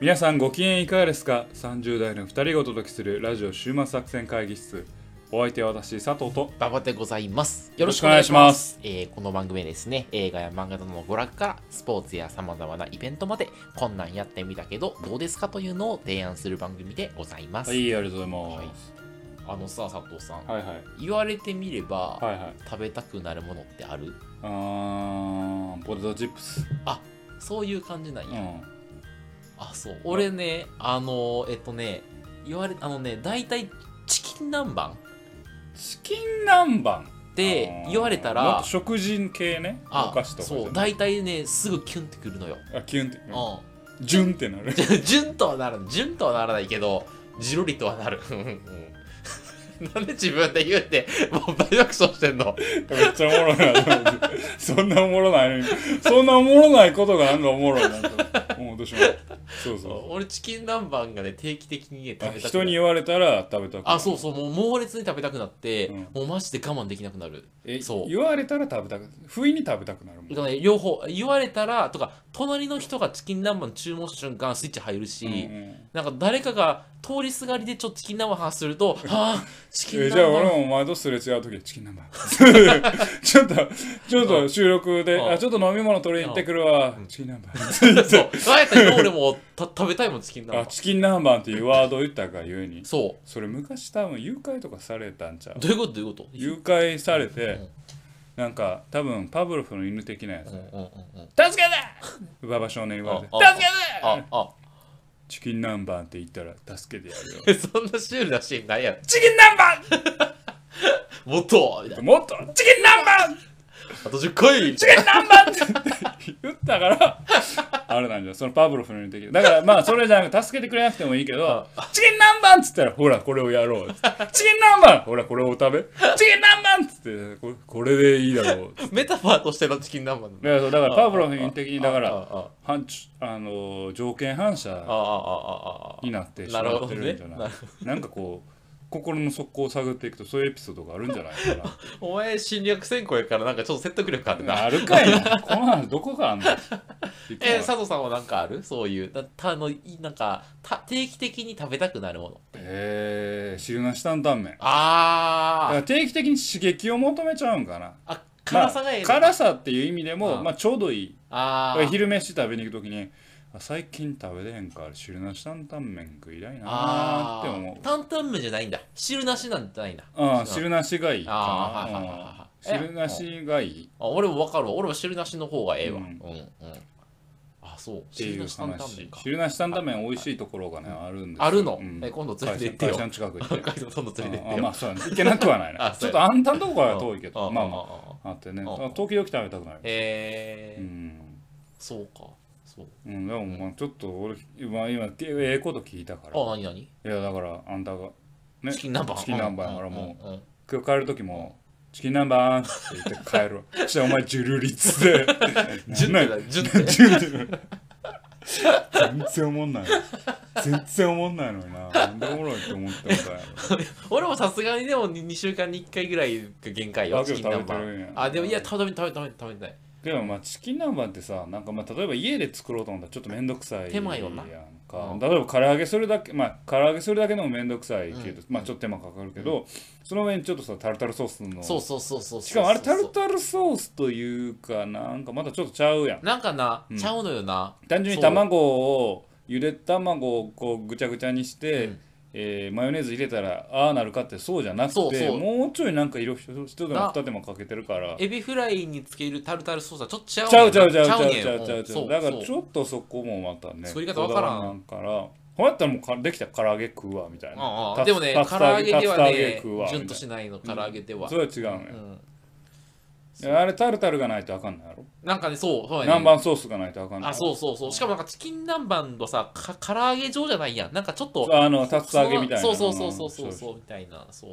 皆さんご機嫌いかがですか ?30 代の2人がお届けするラジオ週末作戦会議室。お相手は私、佐藤と。ババでございます。よろしくお願いしますよろしくお願いします。えーこの番組はですね、映画や漫画などの娯楽から、スポーツや様々なイベントまで、こんなんやってみたけど、どうですかというのを提案する番組でございます。はい、ありがとうございまあのさ、佐藤さん、す。はいはい。言われてみれば、はいはい。食べたくなるものってあるあー、ポテトチップス。あ、そういう感じなんうや。ん。あ、そう。俺ね、あの、えっとね、言われ、あのね、大体、チキン南蛮っチキン南蛮って言われたもっらと、食事系ね。お菓子とかじゃそう、ない。大体ね、すぐキュンってくるのよ。あ、キュンって。うんジュンってなる。 順とはならん順とはならないけどじろりとはなるうんうん なんで自分で言うてもう大爆笑してんのめっちゃおもろいなと思ってそんなおもろないのにそんなおもろないことがなんかおもろいなと思うどうしようそう そ俺チキン南蛮がね定期的にねうあ食べたく人なにる言われたら食べたくなるあそうそうもう猛烈に食べたくなって、うんもうマジで我慢できなくなるえそう言われたら食べたく不意に食べたくなるもん、だからね両方言われたらとか隣の人がチキン南蛮注文した瞬間スイッチ入るし、うんうんなんか誰かが通りすがりでちょっとチキン南蛮話すると「はあチキンえ南じゃあ俺蛮もお前とすれ違う時チキンナンバー ちょっとちょっと収録でうんあちょっと飲み物取りに行ってくるわチキンナンバーそうあえて俺もた食べたいもんチキン南あ蛮チキンナンバーっていうワードを言ったがゆえにそうそれ昔多分誘拐とかされたんちゃうどういうことどういうこと誘拐されて、うんなんか多分パブロフの犬的なやつ、うんうんうんうん助けて馬場少年に言われてああ助けてあ、あ、 チキン南蛮って言ったら助けてやるよそんなシュールなシーンないやろ。チキン南もっとみたい蛮もっとチキン南蛮なあと10回チキン南蛮って言ったからあれなんじゃそのパブロフの犬的なだからまあそれじゃなく助けてくれなくてもいいけどチキン南蛮っつったらほらこれをやろうっつってチキン南蛮ほらこれを食べチキン南蛮っつってこれこれでいいだろうっつってメタファーとしてのチキン南蛮だからそうだからパブロフの犬的にだかああらあ反あの条件反射あああああああになってしまってるんじゃないなな,、るんかこう心の底を探っていくとそういうエピソードがあるんじゃないか お前侵略先行やからなんかちょっと説得力あるななあるかいなこの話どこがあんのいつもえ佐藤さんはなんかあるそういうなたあのいなんかた定期的に食べたくなるものえー、汁なし担々麺だからあ定期的に刺激を求めちゃうんかなああ辛さがええまのあか辛さっていう意味でもうんまあ、ちょうどいいだあからー昼飯食べに行く時にあ最近食べれへんから汁なし担々麺食いたいなーあって思うー担々麺じゃないんだ汁なしなんじゃないんだああ汁なしがいいあかーはいはいはいなはいうん汁なしがいいあ俺も分かるわ俺も汁なしの方がええわ、ううんん、うんあそうってい汁うなし担々麺話か汁なし担々麺美味しいところがねあるんですよあるの、うんえ今度連会社れて行って会よ社の近く行って海賊殿 連れあて行ってあよ、まあそうだね行けなくはないあなちそょっうとやあんたんとこからうはん遠いけどうんまあまうんうんああってねうんあ時々食べたくなるえうーんそうかそううんでもまあちょっと俺今今ええこと聞いたからあ何何いやだからあんたがねチキン南蛮チキン南蛮やからもううんうんうん今日帰る時もチキン南蛮って言って帰 るわそしたらお前ジュルリッツで 10なん点なんだ10点全然おもんない全然おもんないのにななんでおもろいって思ったことや俺もさすがにでも2週間に1回ぐらいが限界あよけチどキン南食べてるんや蛮あでもいや食べ食べ食べ食べてないでもまあチキン南蛮ってさなんかまあ例えば家で作ろうと思ったらちょっと面倒くさい手間よなやんうかん例えば唐揚げするだけまあ唐揚げするだけでも面倒くさいけど、まあちょっと手間かかるけど、その上にちょっとさタルタルソースのそうそうそうそうそうしかもあれタルタルソースというかなんかまだちょっとちゃうやんなんかな、うんちゃうのよな単純に卵をゆで卵をこうぐちゃぐちゃにして、うんえーマヨネーズ入れたらああなるかってそうじゃなくてそうそうもうちょいなんか色ひと一手間二手間かけてるからエビフライにつけるタルタルソースはちょっとちゃうちゃもうんなちゃうちゃうちゃうねんちゃうちゃうちゃそううだからそうちょっとそこもまたね作り方わからんこだなんからこうやったらもうかできたら唐揚げ食うわみたいあなあでもね竜唐田揚げでは竜田揚げね食うわみたい順なとしないの唐揚げでは、それは違うのうよんいやあれタルタルがないとあかんないやろなんかねそうそうやね南蛮ソースがないとあかんないあそうそうそうしかもなんかチキン南蛮のさか唐揚げ状じゃないやんなんかちょっとあの竜田揚げみたいなそうそうそうそうそううんそうみたいなそう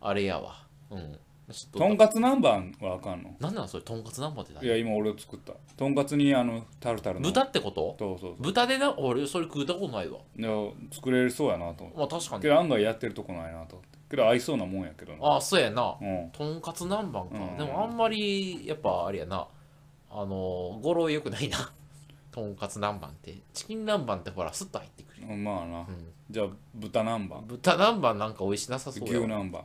あれやわうんちょとっんとかつ南蛮はあかんのなんなのそれとんかつ南蛮ってい何や今俺作ったとんかつにあのタルタルの豚ってことそうそうそ豚でな俺それ食うたことないわういや作れるそうやなと思ってまあ確かけにど案外やってるとこないなと思ってけど合いそうなもんやけどなああそうやなうんとんかつ南蛮か、うんでもあんまりやっぱあれやなあの語呂良くないな とんかつ南蛮ってチキン南蛮ってほらスッと入ってくる、うんまあなう。ん、じゃあ、豚南蛮。豚南蛮なんか美味しなさそう牛やわ南蛮。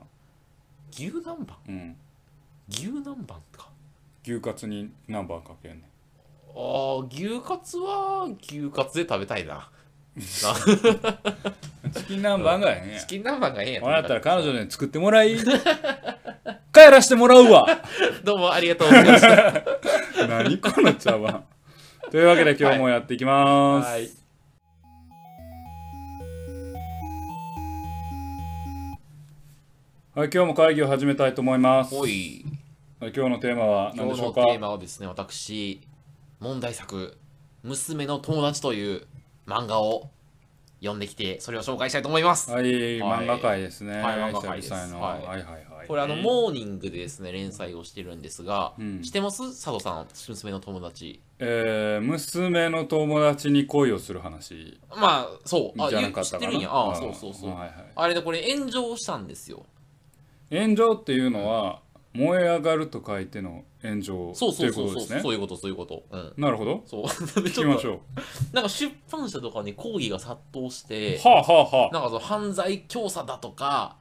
牛南蛮うん。牛南蛮か牛カツに南蛮かけんねん。あー牛カツは牛カツで食べた いなチキン南蛮がええんやチ。キン南蛮がええやん俺だったら彼女に作ってもらい、 帰らしてもらうわ どうもありがとうございました何この茶碗。というわけで今日もやっていきます。はい はい、今日も会議を始めたいと思います。おはいい今日のテーマは何今で日しょのうテかーマはですね私問題作「娘の友達」という漫画を読んできてそれを紹介したいと思います、はい、はい漫画界ですね。はい漫画界です久々のははいいはいはい。これあの、モーニングでですね連載をしてるんですが、うん知ってます佐藤さん娘の友達えー、娘の友達に恋をする話まあそうあじゃなかったかな。知ってるんやあんそうそうそう、はいはい。あれでこれ炎上したんですよ炎上っていうのは、燃え上がると書いての炎上そうってそいううこそうとそうですそうね。いうことそういうことうんなるほど。そう なんで聞ちきょまっしとょなんか出版社とかに抗議が殺到してう。はあはあはなんかその犯罪教査だとか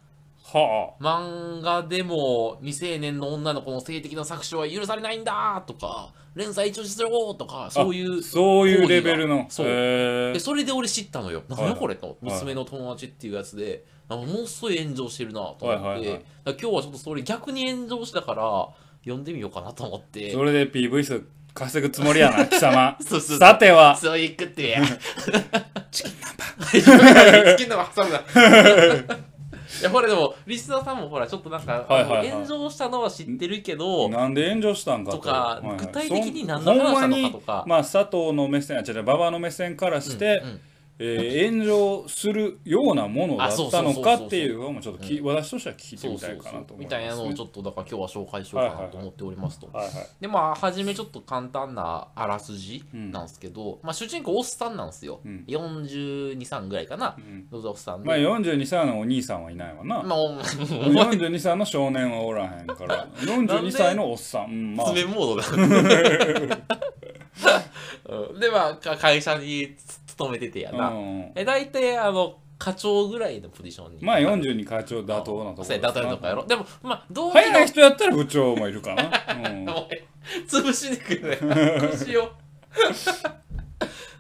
あ。は漫画でも未成年の女の子の性的な搾取は許されないんだとか連載中止するとかそういうあ。そういうレベル抗議のが。そうへでーそれで俺知ったのよ。なんはいやはいこれと、はい娘の友達っていうやつで、なんかものすごい炎上してるなと思って、はいはいはいだから今日はちょっとそれ逆に炎上したから、読んでみようかなと思って。。それで PV 数稼ぐつもりやな、貴様 そうそうそう。さては。そうい くってや。チキンナンバ ー。チキンナンバー挟む な。いやほらでもリスナーさんもほらちょっとなんか、はいはいはいあの炎上したのは知ってるけどなんで炎上したんかとかはいはい具体的に何そんの話なのかほんまにとかまあ、佐藤の目線あ違う違う馬場の目線からして、うんうんえー炎上するようなものだったのあそうそうそうかそうっていうのもちょっとき、私としては聞いてそうみたそいうかそなうと思います、ね、みたいなのをちょっとだから今日は紹介しようかなと思っておりますと、はいはいでまあ初めちょっと簡単なあらすじなんですけど、まあ主人公おっさんなんですよ、うん42歳ぐらいかな、んどうぞおっさんで、まあ42歳のお兄さんはいないわな、まあお お前42歳の少年はおらへんから42歳のおっさん、うん まあ、詰めモードだうんでまあか会社に勤めててやな、うんえ大体あの課長ぐらいのポジションにまあ42課長妥当なところそうや妥当なとこやろでもまあ同期の早い人やったら部長もいるかな、うん、もうえ潰しにくいね腰を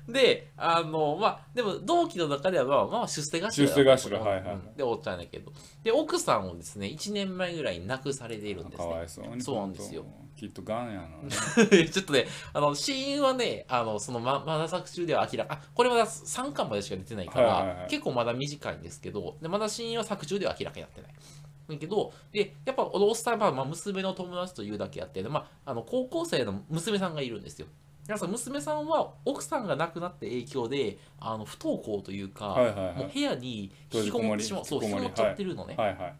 であのまあでも同期の中ではまあまあ出世頭出世頭はいはいうんでおっちゃんだけどで奥さんをですね1年前ぐらいに亡くされているんですかわねいそうにそうなんですよ本当きっとがんやな ちょっとねあの死因はねあのそのままだ作中では明らかあこれまだ3巻までしか出てないから、はいはいはい結構まだ短いんですけどでまだ死因は作中では明らかになってないだけどでやっぱおっさんは、まあ、娘の友達というだけあって、でまあ、あの高校生の娘さんがいるんですよだからその娘さんは奥さんが亡くなった影響であの不登校というか、はいはいはいもう部屋に引きこもってしまうそう閉じこも引きこりもっちゃってるのね、はいはい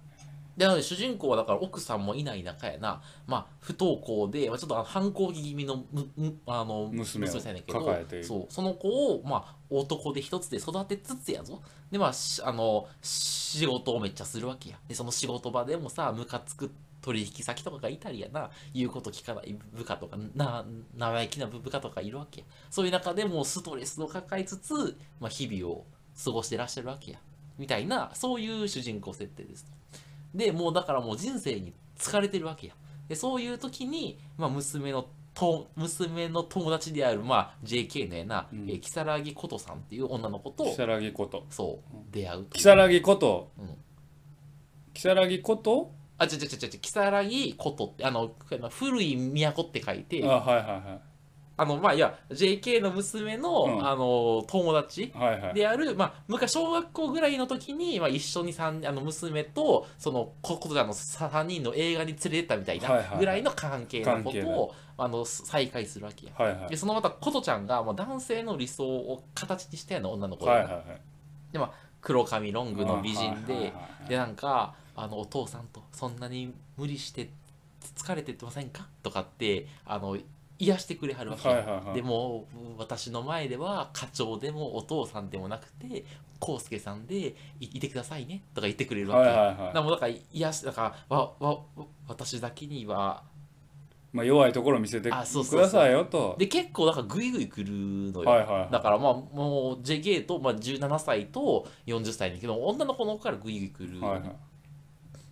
でなので主人公はだから奥さんもいない中やな、まあ、不登校で、まあ、ちょっとあの反抗期気味のむむあの娘をさんやねんけど抱えているそうその子を、まあ、男で一つで育てつつやぞでまあしあの仕事をめっちゃするわけやでその仕事場でもさムカつく取引先とかがいたりやな言うこと聞かない部下とかな生意気な部下とかいるわけやそういう中でもうストレスを抱えつつ、まあ、日々を過ごしてらっしゃるわけやみたいなそういう主人公設定ですでもうだからもう人生に疲れてるわけやでそういう時に、まあ、娘のと娘の友達である、まあ、JK のやな、うんえー如月琴さんっていう女の子と如月ことそう出会うという如月ことうん如月ことあちょちょちょちょ如月琴ってあの古い都って書いてああはいはのまあいや JK の娘の、うんあの友達いはいはいはい である、まあ、昔小学校ぐらいの時に、まあ、一緒に三あの娘とそのこことあの3人の映画に連れてったみたいはいはいなはいぐらいの関係のこ関係とだをあの再会するわけや。はいはいでそのまた琴ちゃんが、まあ、男性の理想を形にしたような女の子で、はいはいはい黒髪ロングの美人はいはいではいはいでなんかあのお父さんとそんなに無理して疲れてませんかとかってあの癒してくれはるわけ、はいはいはいでも私の前では課長でもお父さんでもなくて康介さんでいいてくださいねとか言ってくれるわはいけ、はいはいなもうだから癒やしだからわわわ私だけにはまあ、弱いところを見せてあそうくそうそうださいよと。で結構だからグイグイ来るのよ、はいはいはいだからまあもう JK と、まあ、17歳と40歳だけど女の子の方からグイグイ来る、はいはい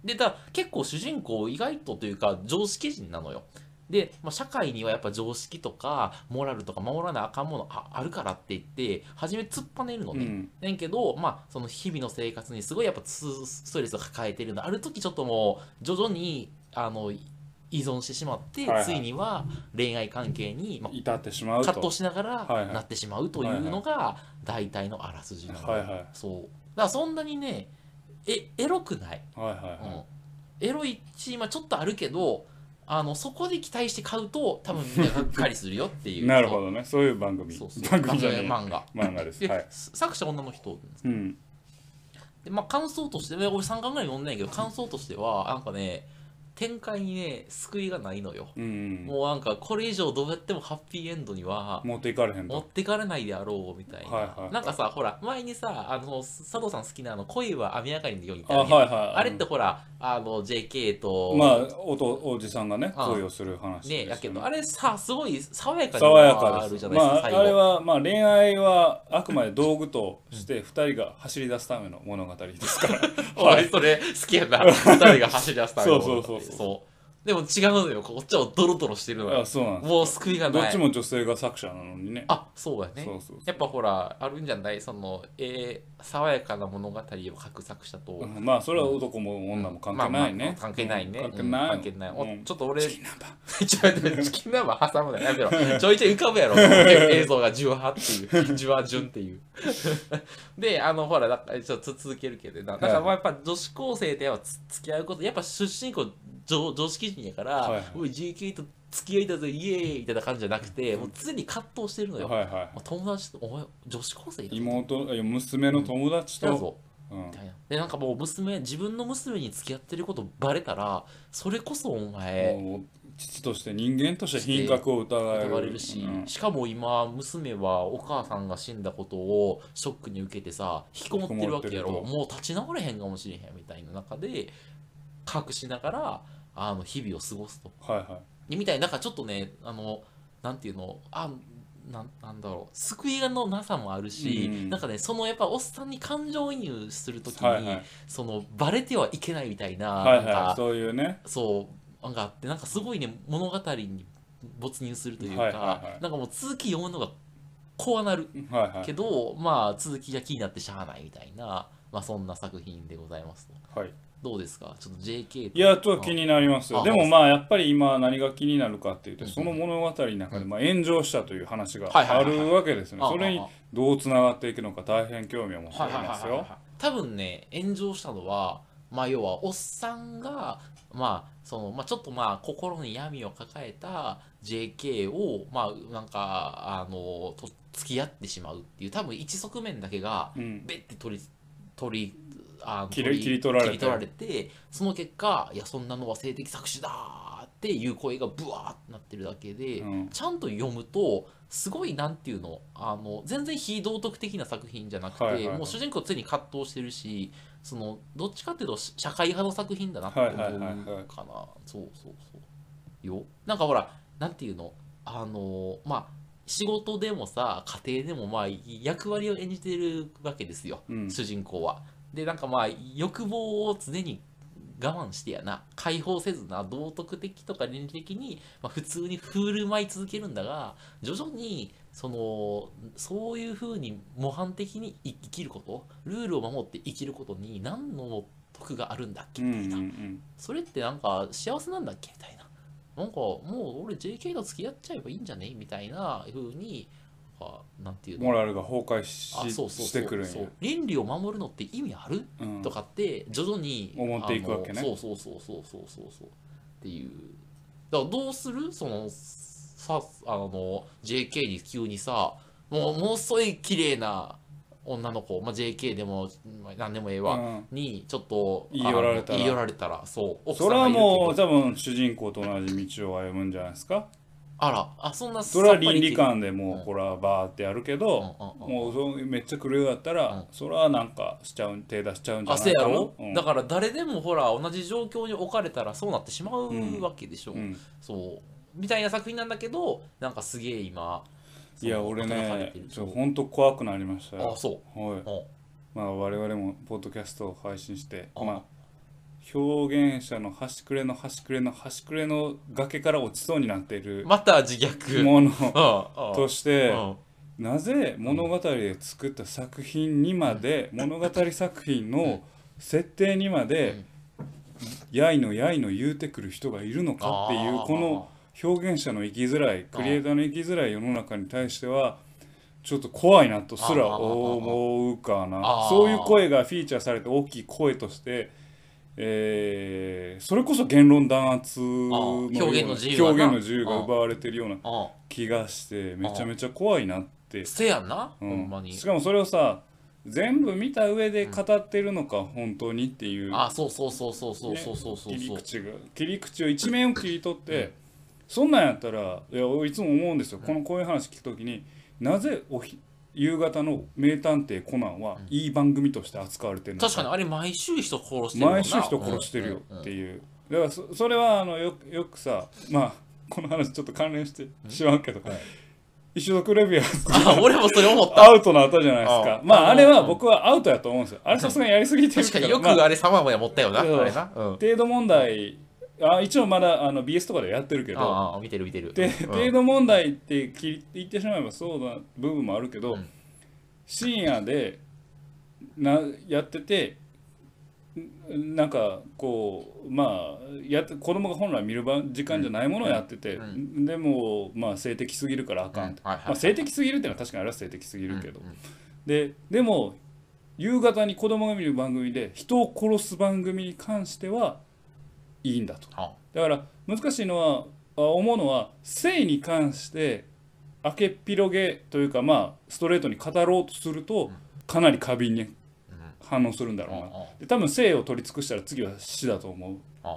でだ結構主人公意外とというか常識人なのよで、まあ、社会にはやっぱ常識とかモラルとか守らなあかんものああるからって言って初め突っぱねるのうね、んなんやけど、まあ、その日々の生活にすごいやっぱつストレスを抱えてるのある時ちょっともう徐々にあの依存してしまって、はいはいついには恋愛関係に、まあ、至ってしまうと。葛藤しなはがいらはいなってしまうというのが大体のあらすじなの、はいはいそうだからそんなにねえエロくない、はいはいはい。うん、エロいチームはちょっとあるけどあのそこで期待して買うと多分みんながっかりするよっていう なるほどね、そういう番組。そうそう番組じゃねえ。漫画漫画です。で、はい。作者女の人うん。で、まあ、感想として俺3巻ぐらい読んでないけど感想としてはなんかね展開にね救いがないのよ、うん。もうなんかこれ以上どうやってもハッピーエンドには持っていかれへん持っと。てかれないであろうみたいな、はいはいなんかさほら前にさあの佐藤さん好きなあの恋は雨上がりのようにってあ、あるやんはいはい。あれってほらあの JK と、まあ、おとおじさんがね、ああ恋をする話ですよねやけどあれさすごい爽やかに爽やあかでるじす。ゃないまですか、あ、最あれ後は、まあ、恋愛はあくまで道具として、二人が走り出すための物語ですから。 おいそれ好きやな 二人が走り出すためのそうそうそうそうそうでも違うのよこっちはドロドロしてるのよあ、そうなんです。もう救いがどなっいちも女性が作者なのにね。あそうやねそうそうそうやっぱほらあるんじゃないその、えー爽やかな物語を書く作者と、うんまあ、それは男も女も関係ないまあまあまねあ。関係ないね。うん関係うんない。関係ない。うおんちょっと俺、チキンナンバーちょいちょいチキンナンバー挟むなよ。や めろ。ちょいちょい浮かぶやろ。映像がじゅわっていう。じゅわじゅんって いう。で、あの、ほら、だからちょっと続けるけどな。だからまあやっぱ女子高生ではつ付き合うこと、やっぱ出身校常常識人やから、はいはいおい、GK と付き合いだぜ、イエーイみたいな感じじゃなくて、もう常に葛藤してるのよ。はいはもう友達と、お前、女子高生やい。妹、いや娘の友達だと、ぞ。うんみたいなでなんかもう娘自分の娘に付き合ってることバレたらそれこそお前もう父として人間として品格を疑え疑るわれるし、うんしかも今娘はお母さんが死んだことをショックに受けてさ引きこもってるわけやろ引きこもってるもう立ち直れへんかもしれへんみたいな中で隠しながらあの日々を過ごすとはいはでみたいななんかちょっとねあのなんていうのあなんなんだろう救いのなさもあるし、うんなんかねそのやっぱおっさんに感情移入するときいに、はいはいそのバレてはいけないみたいな,、はいなんはいかそういうねそうなんかあってなんかすごいね物語に没入するというか、はいはいはいなんかもう続き読むのが怖なるはいはけいど、まあ続きが気になってしゃあないみたいな、まあ、そんな作品でございますとはいどうですかちょっと JK といやちょっと気になりますあよでもまあやっぱり今何が気になるかっていううとんその物語の中でまあ炎上したという話がはいはあいはいはいるわけですねああそれにああどうつながっていくのか大変興味を持っていますよ多分ね炎上したのはまあ要はおっさんがまあそのまあちょっとまあ心に闇を抱えた JK をまあなんかあのと付き合ってしまうっていう多分一側面だけがうんベッて取り取りあの切り切り取られて切り取られてその結果いやそんなのは性的搾取だーっていう声がブワーってなってるだけで、うんちゃんと読むとすごいなんていうのあの全然非道徳的な作品じゃなくて、はいはいはいもう主人公常に葛藤してるしそのどっちかっていうとし社会派の作品だなって思うかな、はいはいはいはいそうそうそうよなんかほらなんていうのあのまあ仕事でもさ家庭でもまあ役割を演じてるわけですよ、うん主人公はでなんかまあ欲望を常に我慢してやな解放せずな道徳的とか倫理的に、まあ、普通に振る舞い続けるんだが徐々にそのそういうふうに模範的に生生きることルールを守って生きることに何の得があるんだっけうんうみんたいな、うんそれってなんか幸せなんだっけみたいななんかもう俺 JK と付き合っちゃえばいいんじゃねみたいなふうにあなんていうのモラルが崩壊しあそうそうそうしてくるんやそう倫理を守るのって意味あるうんとかって徐々に思っていくわけねあのそうそうそうそうそうそうそうっていうだからどうするそのさあの JK に急にさもうものすごい綺麗な女の子、まあ、JK でもまあ何でもええわ、うんにちょっと言い寄られたらあの言い寄られたらそう奥それはもうう多分主人公と同じ道を歩むんじゃないですかあらあそんなそれは倫理さっぱ観でもうんうこれはバーってやるけど、うんうんうんもうそうめっちゃ狂いだったら、うんそれはなんかしちゃう手出しちゃうんりじゃあなせいやかなろ、うんだから誰でもほら同じ状況に置かれたらそうなってしまうわけでしょ、うんそうみたいな作品なんだけどなんかすげえ今いやその俺働かれてねるちょ本当怖くなりましたあよそはううんいまあ我々もポッドキャストを配信してあまあ表現者の端くれの端くれの端くれの崖から落ちそうになっているまた自虐ものうんとしてうんなぜ物語で作った作品にまで物語作品の設定にまでやいのやいの言うてくる人がいるのかっていうあーこの表現者の生きづらいクリエイターの生きづらい世の中に対してはちょっと怖いなとすら思うかあなーそういう声がフィーチャーされて大きい声として、えーそれこそ言論弾圧のようなあー表現の自由は表な現の自由が奪われてるようなうん気がしてめちゃめちゃ怖いなって、せやんな、うんほんまにしかもそれをさ全部見た上で語ってるのか本当にっていうあそうそうそうそうそうそうそうそう切りそう口が切り口を一面を切り取って、そんなんやったらいや俺いつも思うんですよ、このこういう話聞くときになぜおひ夕方の「名探偵コナン」はいい番組として扱われてるの確かにあれ毎週人殺してるもんな毎週人殺してるようんうんっていう、だからそそれはあのよよくさまあこの話ちょっと関連してしまうけど、はい一族レビューはあ俺もそれ思ったアウトな ったじゃないですかあまああれはうん僕はアウトやと思うんですよあれさすがにやりすぎてるか確からによくまああれ様まや持ったよな、うんあれな、うん、程度問題あ一応まだあの BS とかでやってるけどああ見てる見てるでうん程度問題って切り言ってしまえばそうな部分もあるけど、うん深夜でなやっててんなんかこうまあやって子供が本来見る番時間じゃないものをやってて、うんうでもまあ性的すぎるからあかんって、うんはいはいまあ、性的すぎるっていうのは確かにあれは性的すぎるけど、うんうんででも夕方に子供が見る番組で人を殺す番組に関してはいいんだとあだから難しいのはあ思うのは性に関して明けっ広げというかまあストレートに語ろうとするとかなり過敏に反応するんだろうなあで多分性を取り尽くしたら次は死だと思うああ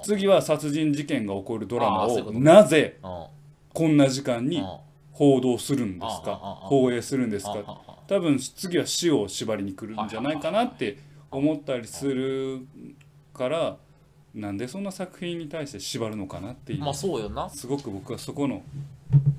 あ次は殺人事件が起こるドラマあーそういうこをとなぜあああこんな時間にああ報道するんですかああ放映するんですあかああ多分次は死を縛りに来るんじゃないかなって思ったりするからなんでそんな作品に対して縛るのかなっていう、まあそうよなすごく僕はそこの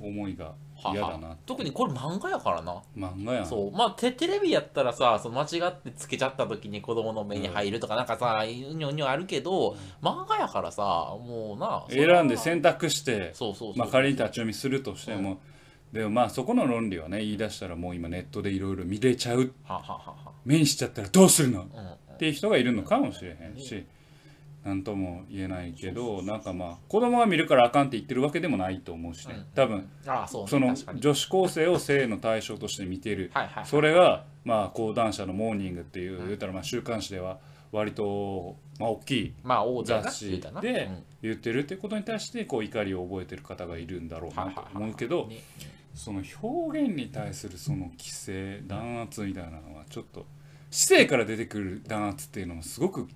思いが嫌だな特にこれ漫画やからな漫画やんそうまあテテレビやったらさその間違ってつけちゃった時に子供の目に入るとかなんかさ、うにょにょあるけど漫画やからさもうな選んでせ選択してそうそうそう、まあ仮に立ち読みするとしても、でもまあそこの論理はね言い出したらもう今ネットでいろいろ見れちゃうはははは目にしちゃったらどうするのうんうんっていう人がいるのかもしれへんし何とも言えないけどなんかまあ子供が見るからあかんって言ってるわけでもないと思うしね多分ああそうねその確かに女子高生を性の対象として見てるはいはいそれがまあ講談社の「モーニング」っていう言うたらまあ週刊誌では割とまあ大きいまあ王者雑誌で言ってるってことに対してこう怒りを覚えてる方がいるんだろうなと思うけどねその表現に対するその規制弾圧みたいなのはちょっと市政から出てくる弾圧っていうのもすごく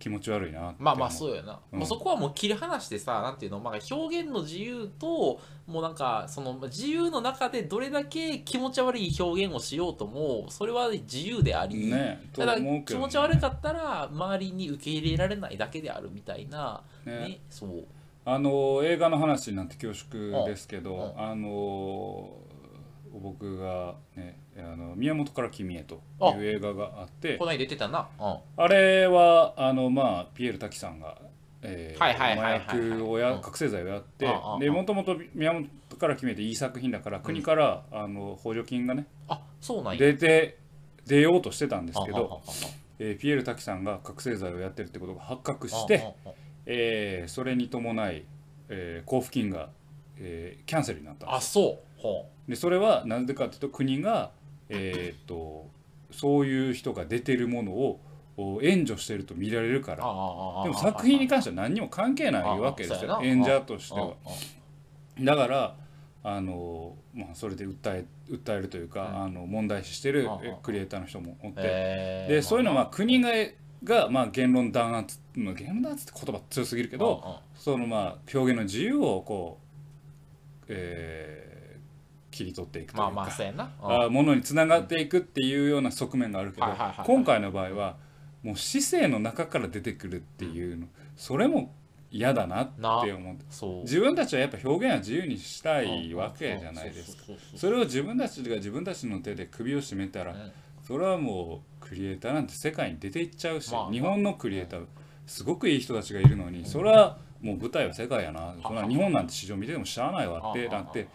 気持ち悪いなって思うまあまあそうやな、うんもうそこはもう切り離してさなんていうの、まあ、表現の自由ともうなんかその自由の中でどれだけ気持ち悪い表現をしようともそれは自由であり、ねとただ思うけ気どね持ち悪かったら周りに受け入れられないだけであるみたいなねねそうあの映画の話になって恐縮ですけうどんあの僕がねあの宮本から君へとあいう映画があってこない出てたな、うん、はあれはあのまあピエール滝さんが、えーはいはいはいはい麻薬をやうん覚醒剤をやってあああでもともと宮本から決めていい作品だから国から、あの補助金がねあそうなんや出て出ようとしてたんですけあああど、えーピエール滝さんが覚醒剤をやってるってことが発覚しあて、あえーそれに伴い、えー交付金が、えーキャンセルになったんあであすそうほでそれはなぜかというと国が、えーっとそういう人が出てるものをお援助してると見られるかうらあああああでも作品に関関しては何にも関係ないわけですあよそうやな演者としては。だからあの、まあ、それで訴え訴えるというか、うんあの問題視してるああえクリエイターの人もおって、えーでそういうのは国がが、まあ、言論弾圧、まあ、言論弾圧って言葉強すぎるけどああそのまあ表現の自由をこう、えー切り取っていくというまか。あまあそうやなうんあものにつながっていくっていうような側面があるけどはいはいはいはい今回の場合はもう市政の中から出てくるっていうのそれも嫌だなってな思ってそう自分たちはやっぱ表現は自由にしたいわけじゃないですかか。そうそうそうそうそれを自分たちが自分たちの手で首を絞めたらうんそれはもうクリエイターなんて世界に出ていっちゃうしまあ日本のクリエイターすごくいい人たちがいるのにそれはもう舞台は世界やなそんな日本なんて市場見てても知らないわってなって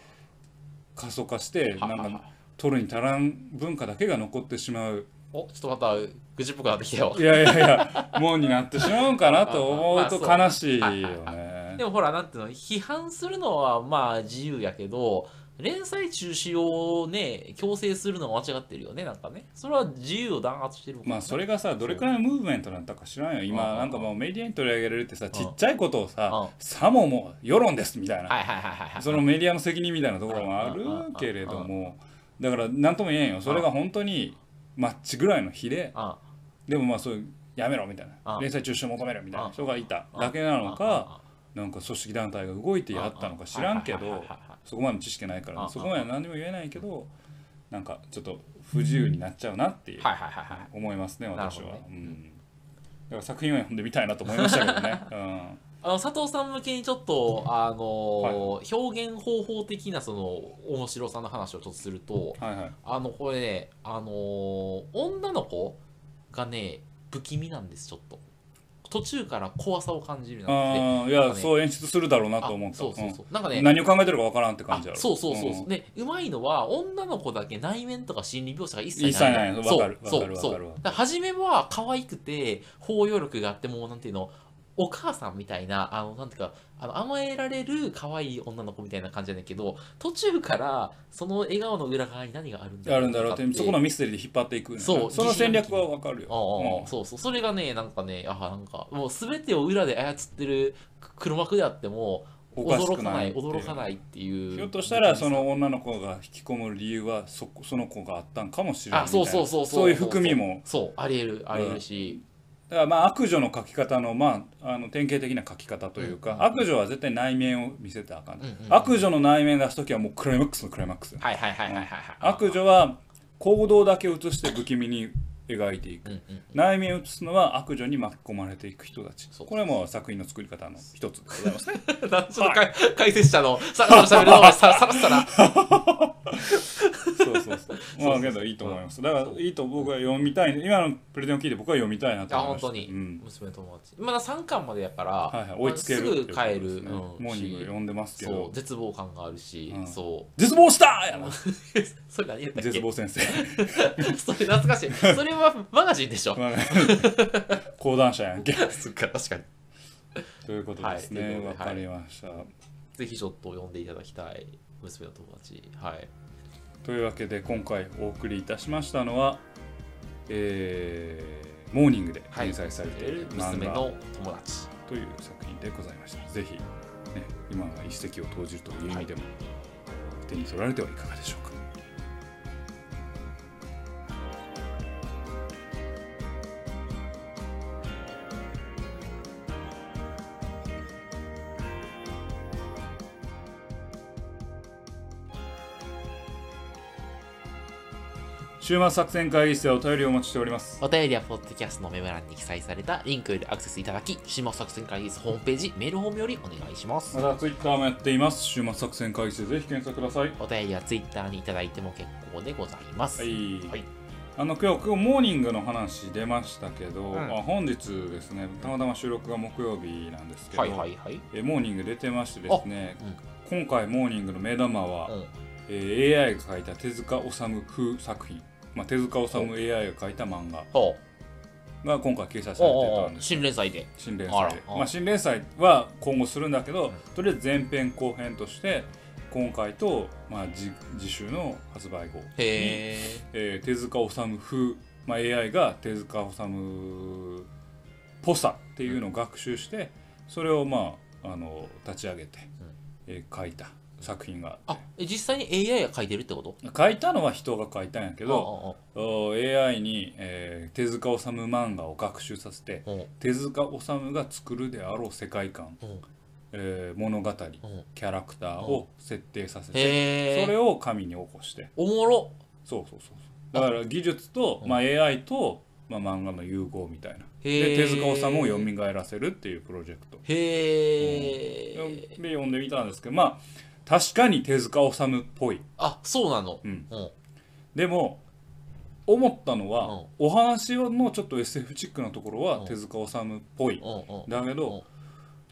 過疎化してなんか取るに足らん文化だけが残ってしま うおちょっとまた愚痴っぽくなってきたよいやいやいやもんになってしまうんかなと思うと まあ悲まあしいよはねで。もほらなんていうの批判するのはまあ自由やけど連載中止をね強制するのは間違ってるよねなんかねそれは自由を弾圧してるもんねまあそれがさどれくらいのムーブメントだったか知らんようんうん今うんなんかもうメディアに取り上げられてさんちっちゃいことをうんささももう世論ですみたいなはいはいはいはいは いそのメディアの責任みたいなところもあるけれどもだから何とも言えんよそれが本当にマッチぐらいの比であでもまあそういうやめろみたいなうん連載中止を求めるみたいな人がいたうんだけなのかあなんか組織団体が動いてやったのか知らんけはいはいどはいはいそこまでの知識ないからうねんそこまでは何にも言えないけどなんかちょっと不自由になっちゃうなっていうはいはいはいはい思いますね私は、なるほどねうん、だから作品は読んでみたいなと思いましたけどね、うん、あの佐藤さん向けにちょっと、あのー表現方法的なその面白さの話をちょっとするとはいはいあのこれね、あのー女の子がね不気味なんですちょっと途中から怖さを感じるようになってきてあーいなんやかねそう演出するだろうなあと思ったそうそうそう、なんかうんね何を考えてるかわからんって感あじやろそうそうそうそう、んでうまいのは女の子だけ内面とか心理描写が一切ない一切ないわかるそうわかるそうわそかうるわかるだから初めは可愛くて包容力があってもうなんていうのお母さんみたいなあのなんていうかあの甘えられる可愛い女の子みたいな感じじゃないけど途中からその笑顔の裏側に何があるんだやるんだろうってそこのあミステリーで引っ張っていくんやなそうその戦略はわかるよあああうんそうそうそれがねなんかねああなんかもう全てを裏で操ってる黒幕であってもおかし驚くかなないっていいう驚かないっていうひょっとしたらその女の子が引き込む理由はそこその子があったんかもしれないあみたいそうなそうそうそういう含みもそうありえるありえるし、だからまあ悪女の書き方の,、まあ、あの典型的な書き方というか、うん悪女は絶対内面を見せてあかん、うんうん悪女の内面出す時はもうクライマックスのクライマックスよはいはいはいはいはいはい悪女は行動だけ映して不気味に描いていくうんうん内面を映すのは悪女に巻き込まれていく人たちそうこれはもう作品の作り方の一つでございます ねちょっとかい解説者のさらさら喋るのがささらさらそうそうそう まあけどいいと思いますだからいいと僕は読みたい今のプレゼンを聞いて僕は読みたいなとあ思いま本した当に、うん娘の友達まだ三巻までやから、はいはい、追いつけるすぐっていう帰ことでする、ねうんモーニング読んでますけそうど絶望感があるし、うんそ 絶望したーやなうそれ何やったっけ絶望先生 それ懐かしいそれはマガジンでしょ講談社やんけそっか確かにということですはいねというこわ、とでかりました、ぜひちょっと読んでいただきたい娘の友達はいというわけで今回お送りいたしましたのは、えーモーニングではい連載されている娘漫画の友達という作品でございました。ぜひ、ね、今は一石を投じるという意味でも、手に取られてはいかがでしょうか。週末作戦会議室ではお便りをお待ちしております。お便りはポッドキャストのメモ欄に記載されたリンクよりアクセスいただき、島作戦会議室ホームページ、メールホームよりお願いしますま。たツイッターもやっています。週末作戦会議室でぜひ検索ください。お便りはツイッターにいただいても結構でございます。はい、はいあの今日今日モーニングの話出ましたけど、んあ本日ですねたまたま収録が木曜日なんですけど、はいはいはい。えモーニング出てましてですね、今回モーニングの目玉は、うん。えー AI が描いた手塚治虫風作品、まあ、手塚治虫 AI が描いた漫画おうが今回掲載されておうおたうんです新連載で。新連あ載らであまあ、新連載は今後するんだけどとりあえず前編後編として今回と、まあ、次次週の発売後へえー手塚治虫風、まあ、AI が手塚治虫っぽさっていうのを学習してそれをまああの立ち上げて、えー書いた作品がー。ああって、え実際に AI が書いてるってこと書いたのは人が書いたんやけどどお AI に、えー手塚治虫漫画を学習させてうんうん手塚治虫が作るであろう世界観、うんえー物語うんキャラクターを設定させてへそれえ。を紙に起こしておもろ。そうそうそうそうだから技術と、まあ、AI とまあ、漫画の融合みたいなへでー手塚治虫を蘇らせるっていうプロジェクトでへえ。読んでみたんですけどまあ確かに手塚治虫っぽいあ、そうなの。うんうん。でも思ったのは、うんお話のちょっと SF チックなところうはん手塚治虫っぽい、うん。うん。だけど、うん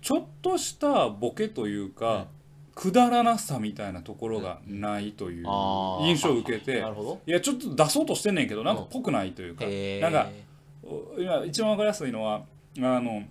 ちょっとしたボケというか、くだらなさみたいなところがないというあー印象を受けて、なるほど。いやちょっと出そうとしてんねんけどなんかぽくないというか、へえ。なんかお今一番わかりやすいのはあの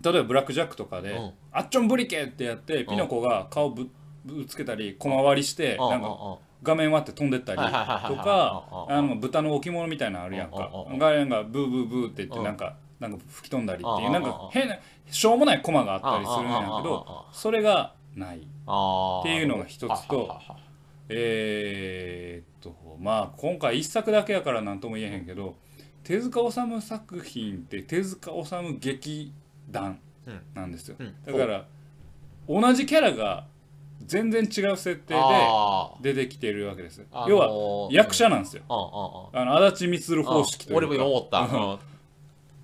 例えば「ブラック・ジャック」とかでうん「あっちょんブリケ!」ってやってピノコが顔ぶぶつけたり小回りしてうん、なんうかんうん画面割って飛んでったりとはいはいはいはいかうんあの豚の置物みたいなのあるやんかうんがなんかブーブーブーって言ってうんなんかなんか吹き飛んだりっていううんなんか変なしょうもないコマがあったりするんやうんうんけうんうんうんどそれがない。あーっていうのが一つとははははえー、っとまあ今回一作だけやから何とも言えへんけど手塚治虫作品って手塚治虫劇団うんなんですよ、うんだから同じキャラが全然違う設定あーで出てきてるわけです、あのー要は役者なんですよ、うんうんうんあの足立光方式というか俺も今思った。うん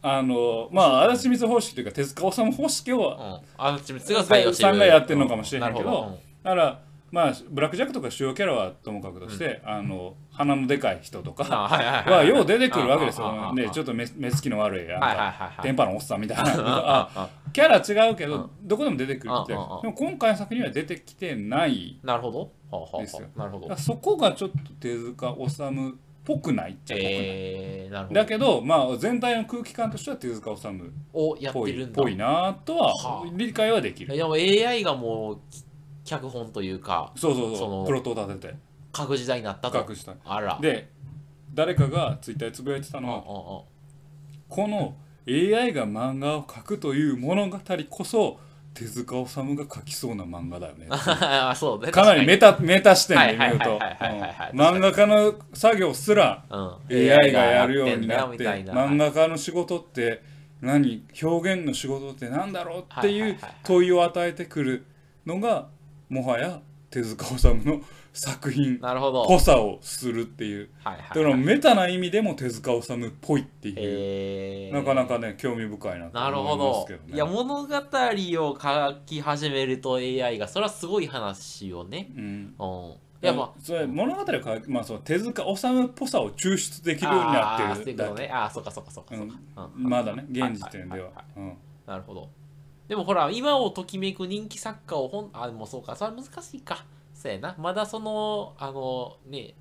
あのまあ足立光方式というか手塚治虫方式をうん。あっちみつが採用してさんがやってるのかもしれないけどなるほだからまあブラック・ジャックとか主要キャラはともかくとして、あの鼻のでかい人とかうんあはいはいはい。はよう出てくるわけですあああああよ。あね、ちょっと目目つきの悪い、なんはいはいか、はいはい。電波のおっさんみたいな。ああキャラ違うけうど、どこでも出てくるって。でうんうんうんも今回の作品には出てきてない。なるほど。はあはあはあですよなるほだどから。そこがちょっと手塚治虫っぽくないっちゃぽくない。えー、なるほど。だけど、まあ、全体の空気感としては手塚治虫っをやっぽているっんだ。ぽいなとははあ理解はできる。でも AI がもう脚本というか、そうそうそそのう、プロットを立てて、各時代になったと隠。した。あら。で、誰かがツイッターでつぶやいてたうんのうんはう、んこの AI が漫画を描くという物語こそ手塚治虫が描きそうな漫画だ よねあーそうね。かなりメっタメタ視点では見いるとうんはいはいはいはいはい漫画家の作業すらうん、 AI がやるようになってみたい漫画家の仕事って何表現の仕事って何だろうってはいいはういはいはい問いを与えてくるのがもはや手塚治虫の作品なるほど。濃さをするっていうはいはだからメタな意味でも手塚治虫っぽいっていう。えーなかなかね、興味深いなとなるほ思いますどけど、ね。いや物語を書き始めると AI がそれはすごい話よねうん。うんいやまあそれ物語をか、まあ、その手塚治虫っぽさを抽出できるようになってるあーそういうだことけ、ねああそうかそうかそうかそうか、ううんん、まだね、現時点でははいはいはいはい。うんなるほどでもほら今をときめく人気作家を本あでもそうかそれは難しいかそうやなまだそのあのね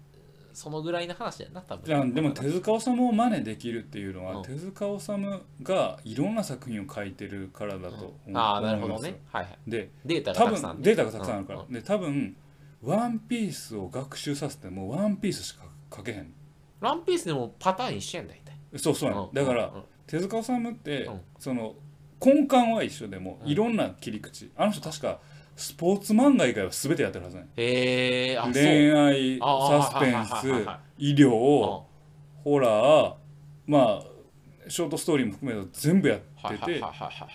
そのぐらいの話やな多分じゃあでも手塚治虫を真似できるっていうのは、うん手塚治虫がいろんな作品を書いてるからだと思,、うああなるほど思いねまはいはいすでデータが多たくさん分データがたくさんあるから、うんで多分ワンピースを学習させてもワンピースしか書けへんワンピースでもパターン一緒やんだいたいそうそうやねんだから、うんうん手塚治虫って、うんその根幹は一緒でもうんいろんな切り口、あの人確かスポーツ漫画以外は全てやってるはずねへえあそう恋愛あサスペンはいはいはいはいはス医療うんホラーまあショートストーリーも含めた全部やってはいはいてはいはいはい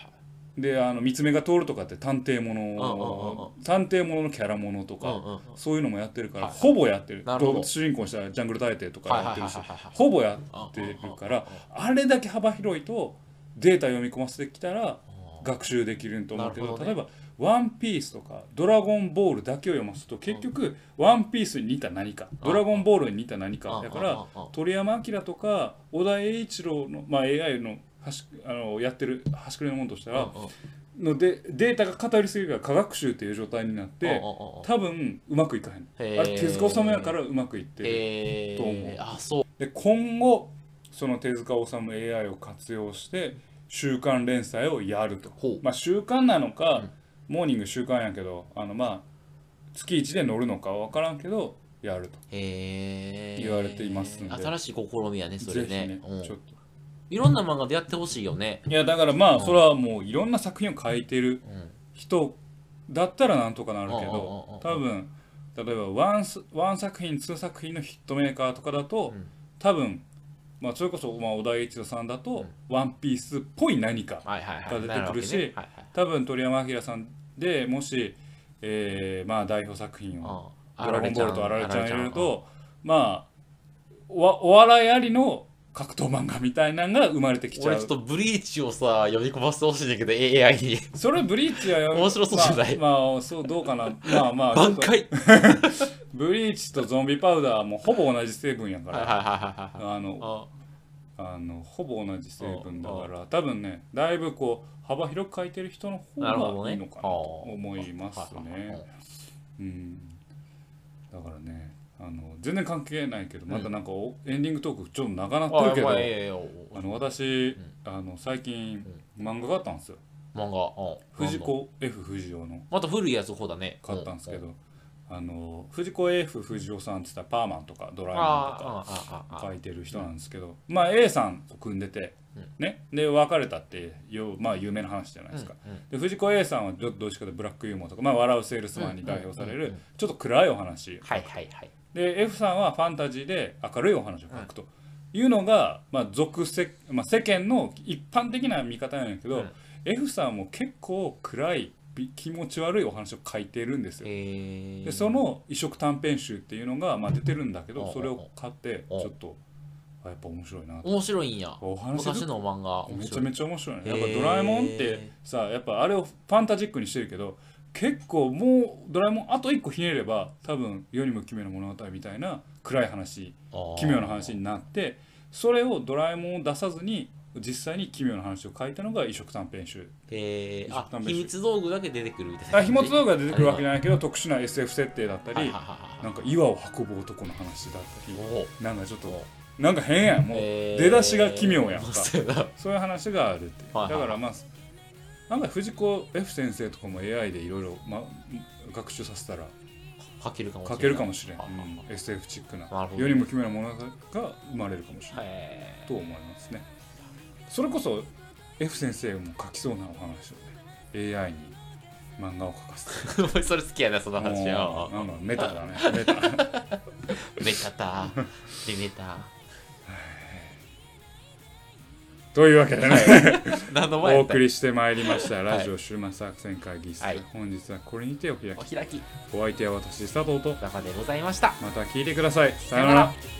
であの三つ目が通るとかって探偵もうんうんうんの探偵もののキャラものとうんかうんうんそういうのもやってるからはいはいほぼやってるなる動ほど物主人公にしたらジャングル大帝とかはいやはっいてはるいしはいはいほぼやってるからあれだけ幅広いとデータ読み込ませてきたら学習できると思うけどなるほどね例えば「ワンピースとか「ドラゴンボール」だけを読ますと結局「ワンピースに似た何か「うんドラゴンボール」に似た何うんうかんだうんかうんらうんうん鳥山明とか小田栄一郎の、まあ、AI の端くあのやってる端くれのものとしたらうんうんのでデータが偏りすぎるから科学習っていう状態になっうんうんてうんうん多分うまくいかへんへーあれ手塚治虫やからうまくいってるへと思うえあそうで今後その手塚治虫 AI を活用して週刊連載をやるとほうまあ週刊なのか、モーニング週刊やけどあのまあ月1で乗るのかは分からんけどやるとへえ言われていますんで新しい試みやねそれぜひねうんちょっといろんな漫画でやってほしいよねいやだからまあそれはもういろんな作品を書いてるうん人だったらなんとかなるけうんうんうんうんど多分例えばワンスワン作品ツー作品のヒットメーカーとかだと、うん多分まあそれこそまあ小田栄一郎さんだと、ワンピースっぽい何かはいはいはいが出てくるしなわけねはいはい多分鳥山明さんでもし、えーまあ代表作品を「うんドラゴンボール」と「あられちゃん」入れるあられちとまあおお笑いありの格闘漫画みたいなのが生まれてきちゃ俺ちょっうとブリーチをさ、呼び込ませてほしいんだけど、AI に。それブリーチはや面白そうじゃないまあ、まあそうどうかなまあまあ 挽回ブリーチとゾンビパウダーはもうほぼ同じ成分やかはいはいらはいはいはい。あのああのほぼ同じ成分だから多分ねだいぶこう幅広く書いてる人の方なるほどがねいいのかなと思いますはいはいはいはいね。うんだからねあの全然関係ないけどまたなんかおエンディングトークちょっと長なってるけどあ、いやいやいやあの私んあの最近漫画買ったんですよ漫画。うん藤。子 F 不二雄のまた古いやつの方だね。買ったんですけう。どあの藤子 F 不二雄さんって言ったらパーマンとかドラえもんとかああ、ああ、ああ。書いてる人なんですけど、まあ A さんと組んでて、うんねで別れたってよまあ有名な話じゃないですか、うんうんで藤子 A さんはどどうしかというとブラックユーモアとか、まあ、笑うセールスマンに代表されうんうんうるんちょっと暗いお話はいはいはい。で F さんはファンタジーで明るいお話を書くというのが、まあ俗世まあ、世間の一般的な見方なんやけど、うん F さんも結構暗いび気持ち悪いお話を書いてるんですよ。えでそ、の異色短編集っていうのが、まあ、出てるんだけうんどそれを買ってちうんょっとあやっぱ面白いなと面白いんや。お話昔がの漫画。めちゃめちゃ面白いねやっへぱードラえもんってさやっぱあれをファンタジックにしてるけど結構もうドラえもんあと一個ひねれば多分世にも奇妙な物語みたいな暗い話奇妙な話になってそれをドラえもんを出さずに実際に奇妙な話を書いたのが異色短編集えー、あ一緒に試して秘密道具だけ出てくるみたいなあ感じ。ひもつ道具が出てくるわけじゃないけど特殊な SF 設定だったはいりはいはいなはいんか岩を運ぶ男の話だったりおうなんかちょっとなんか変やんもうえー出だしが奇妙やんかそうやなそういう話があるっていうはいはだいはいからまあなんか藤子 F 先生とかも AI でいろいろま学習させたら書けるかもしれない。書けるかもしれん、あああうん SF チックななるほど世にも奇妙なものが生まれるかもしれない、へと思いますねそれこそ F 先生も書きそうなお話をね AI に漫画を書かせて ーお前それ好きやな、その話もよう。なんかメタだね メタメタタ、デメタ。 というわけでね 何の前おやった送りしてまいりましたはいラジオ終末作戦会議室、はい本日はこれにてお開きお開き、お相手は私佐藤と中でございました。また聞いてくださいささよようなならら。